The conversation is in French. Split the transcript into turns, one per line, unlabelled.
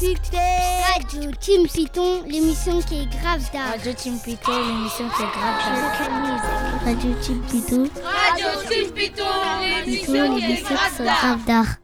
Radio Team Python, l'émission qui est grave d'art.
Radio Team Python, l'émission qui est grave
Radio Team Python,
Radio Team Python, l'émission qui est grave d'art.
grave d'art.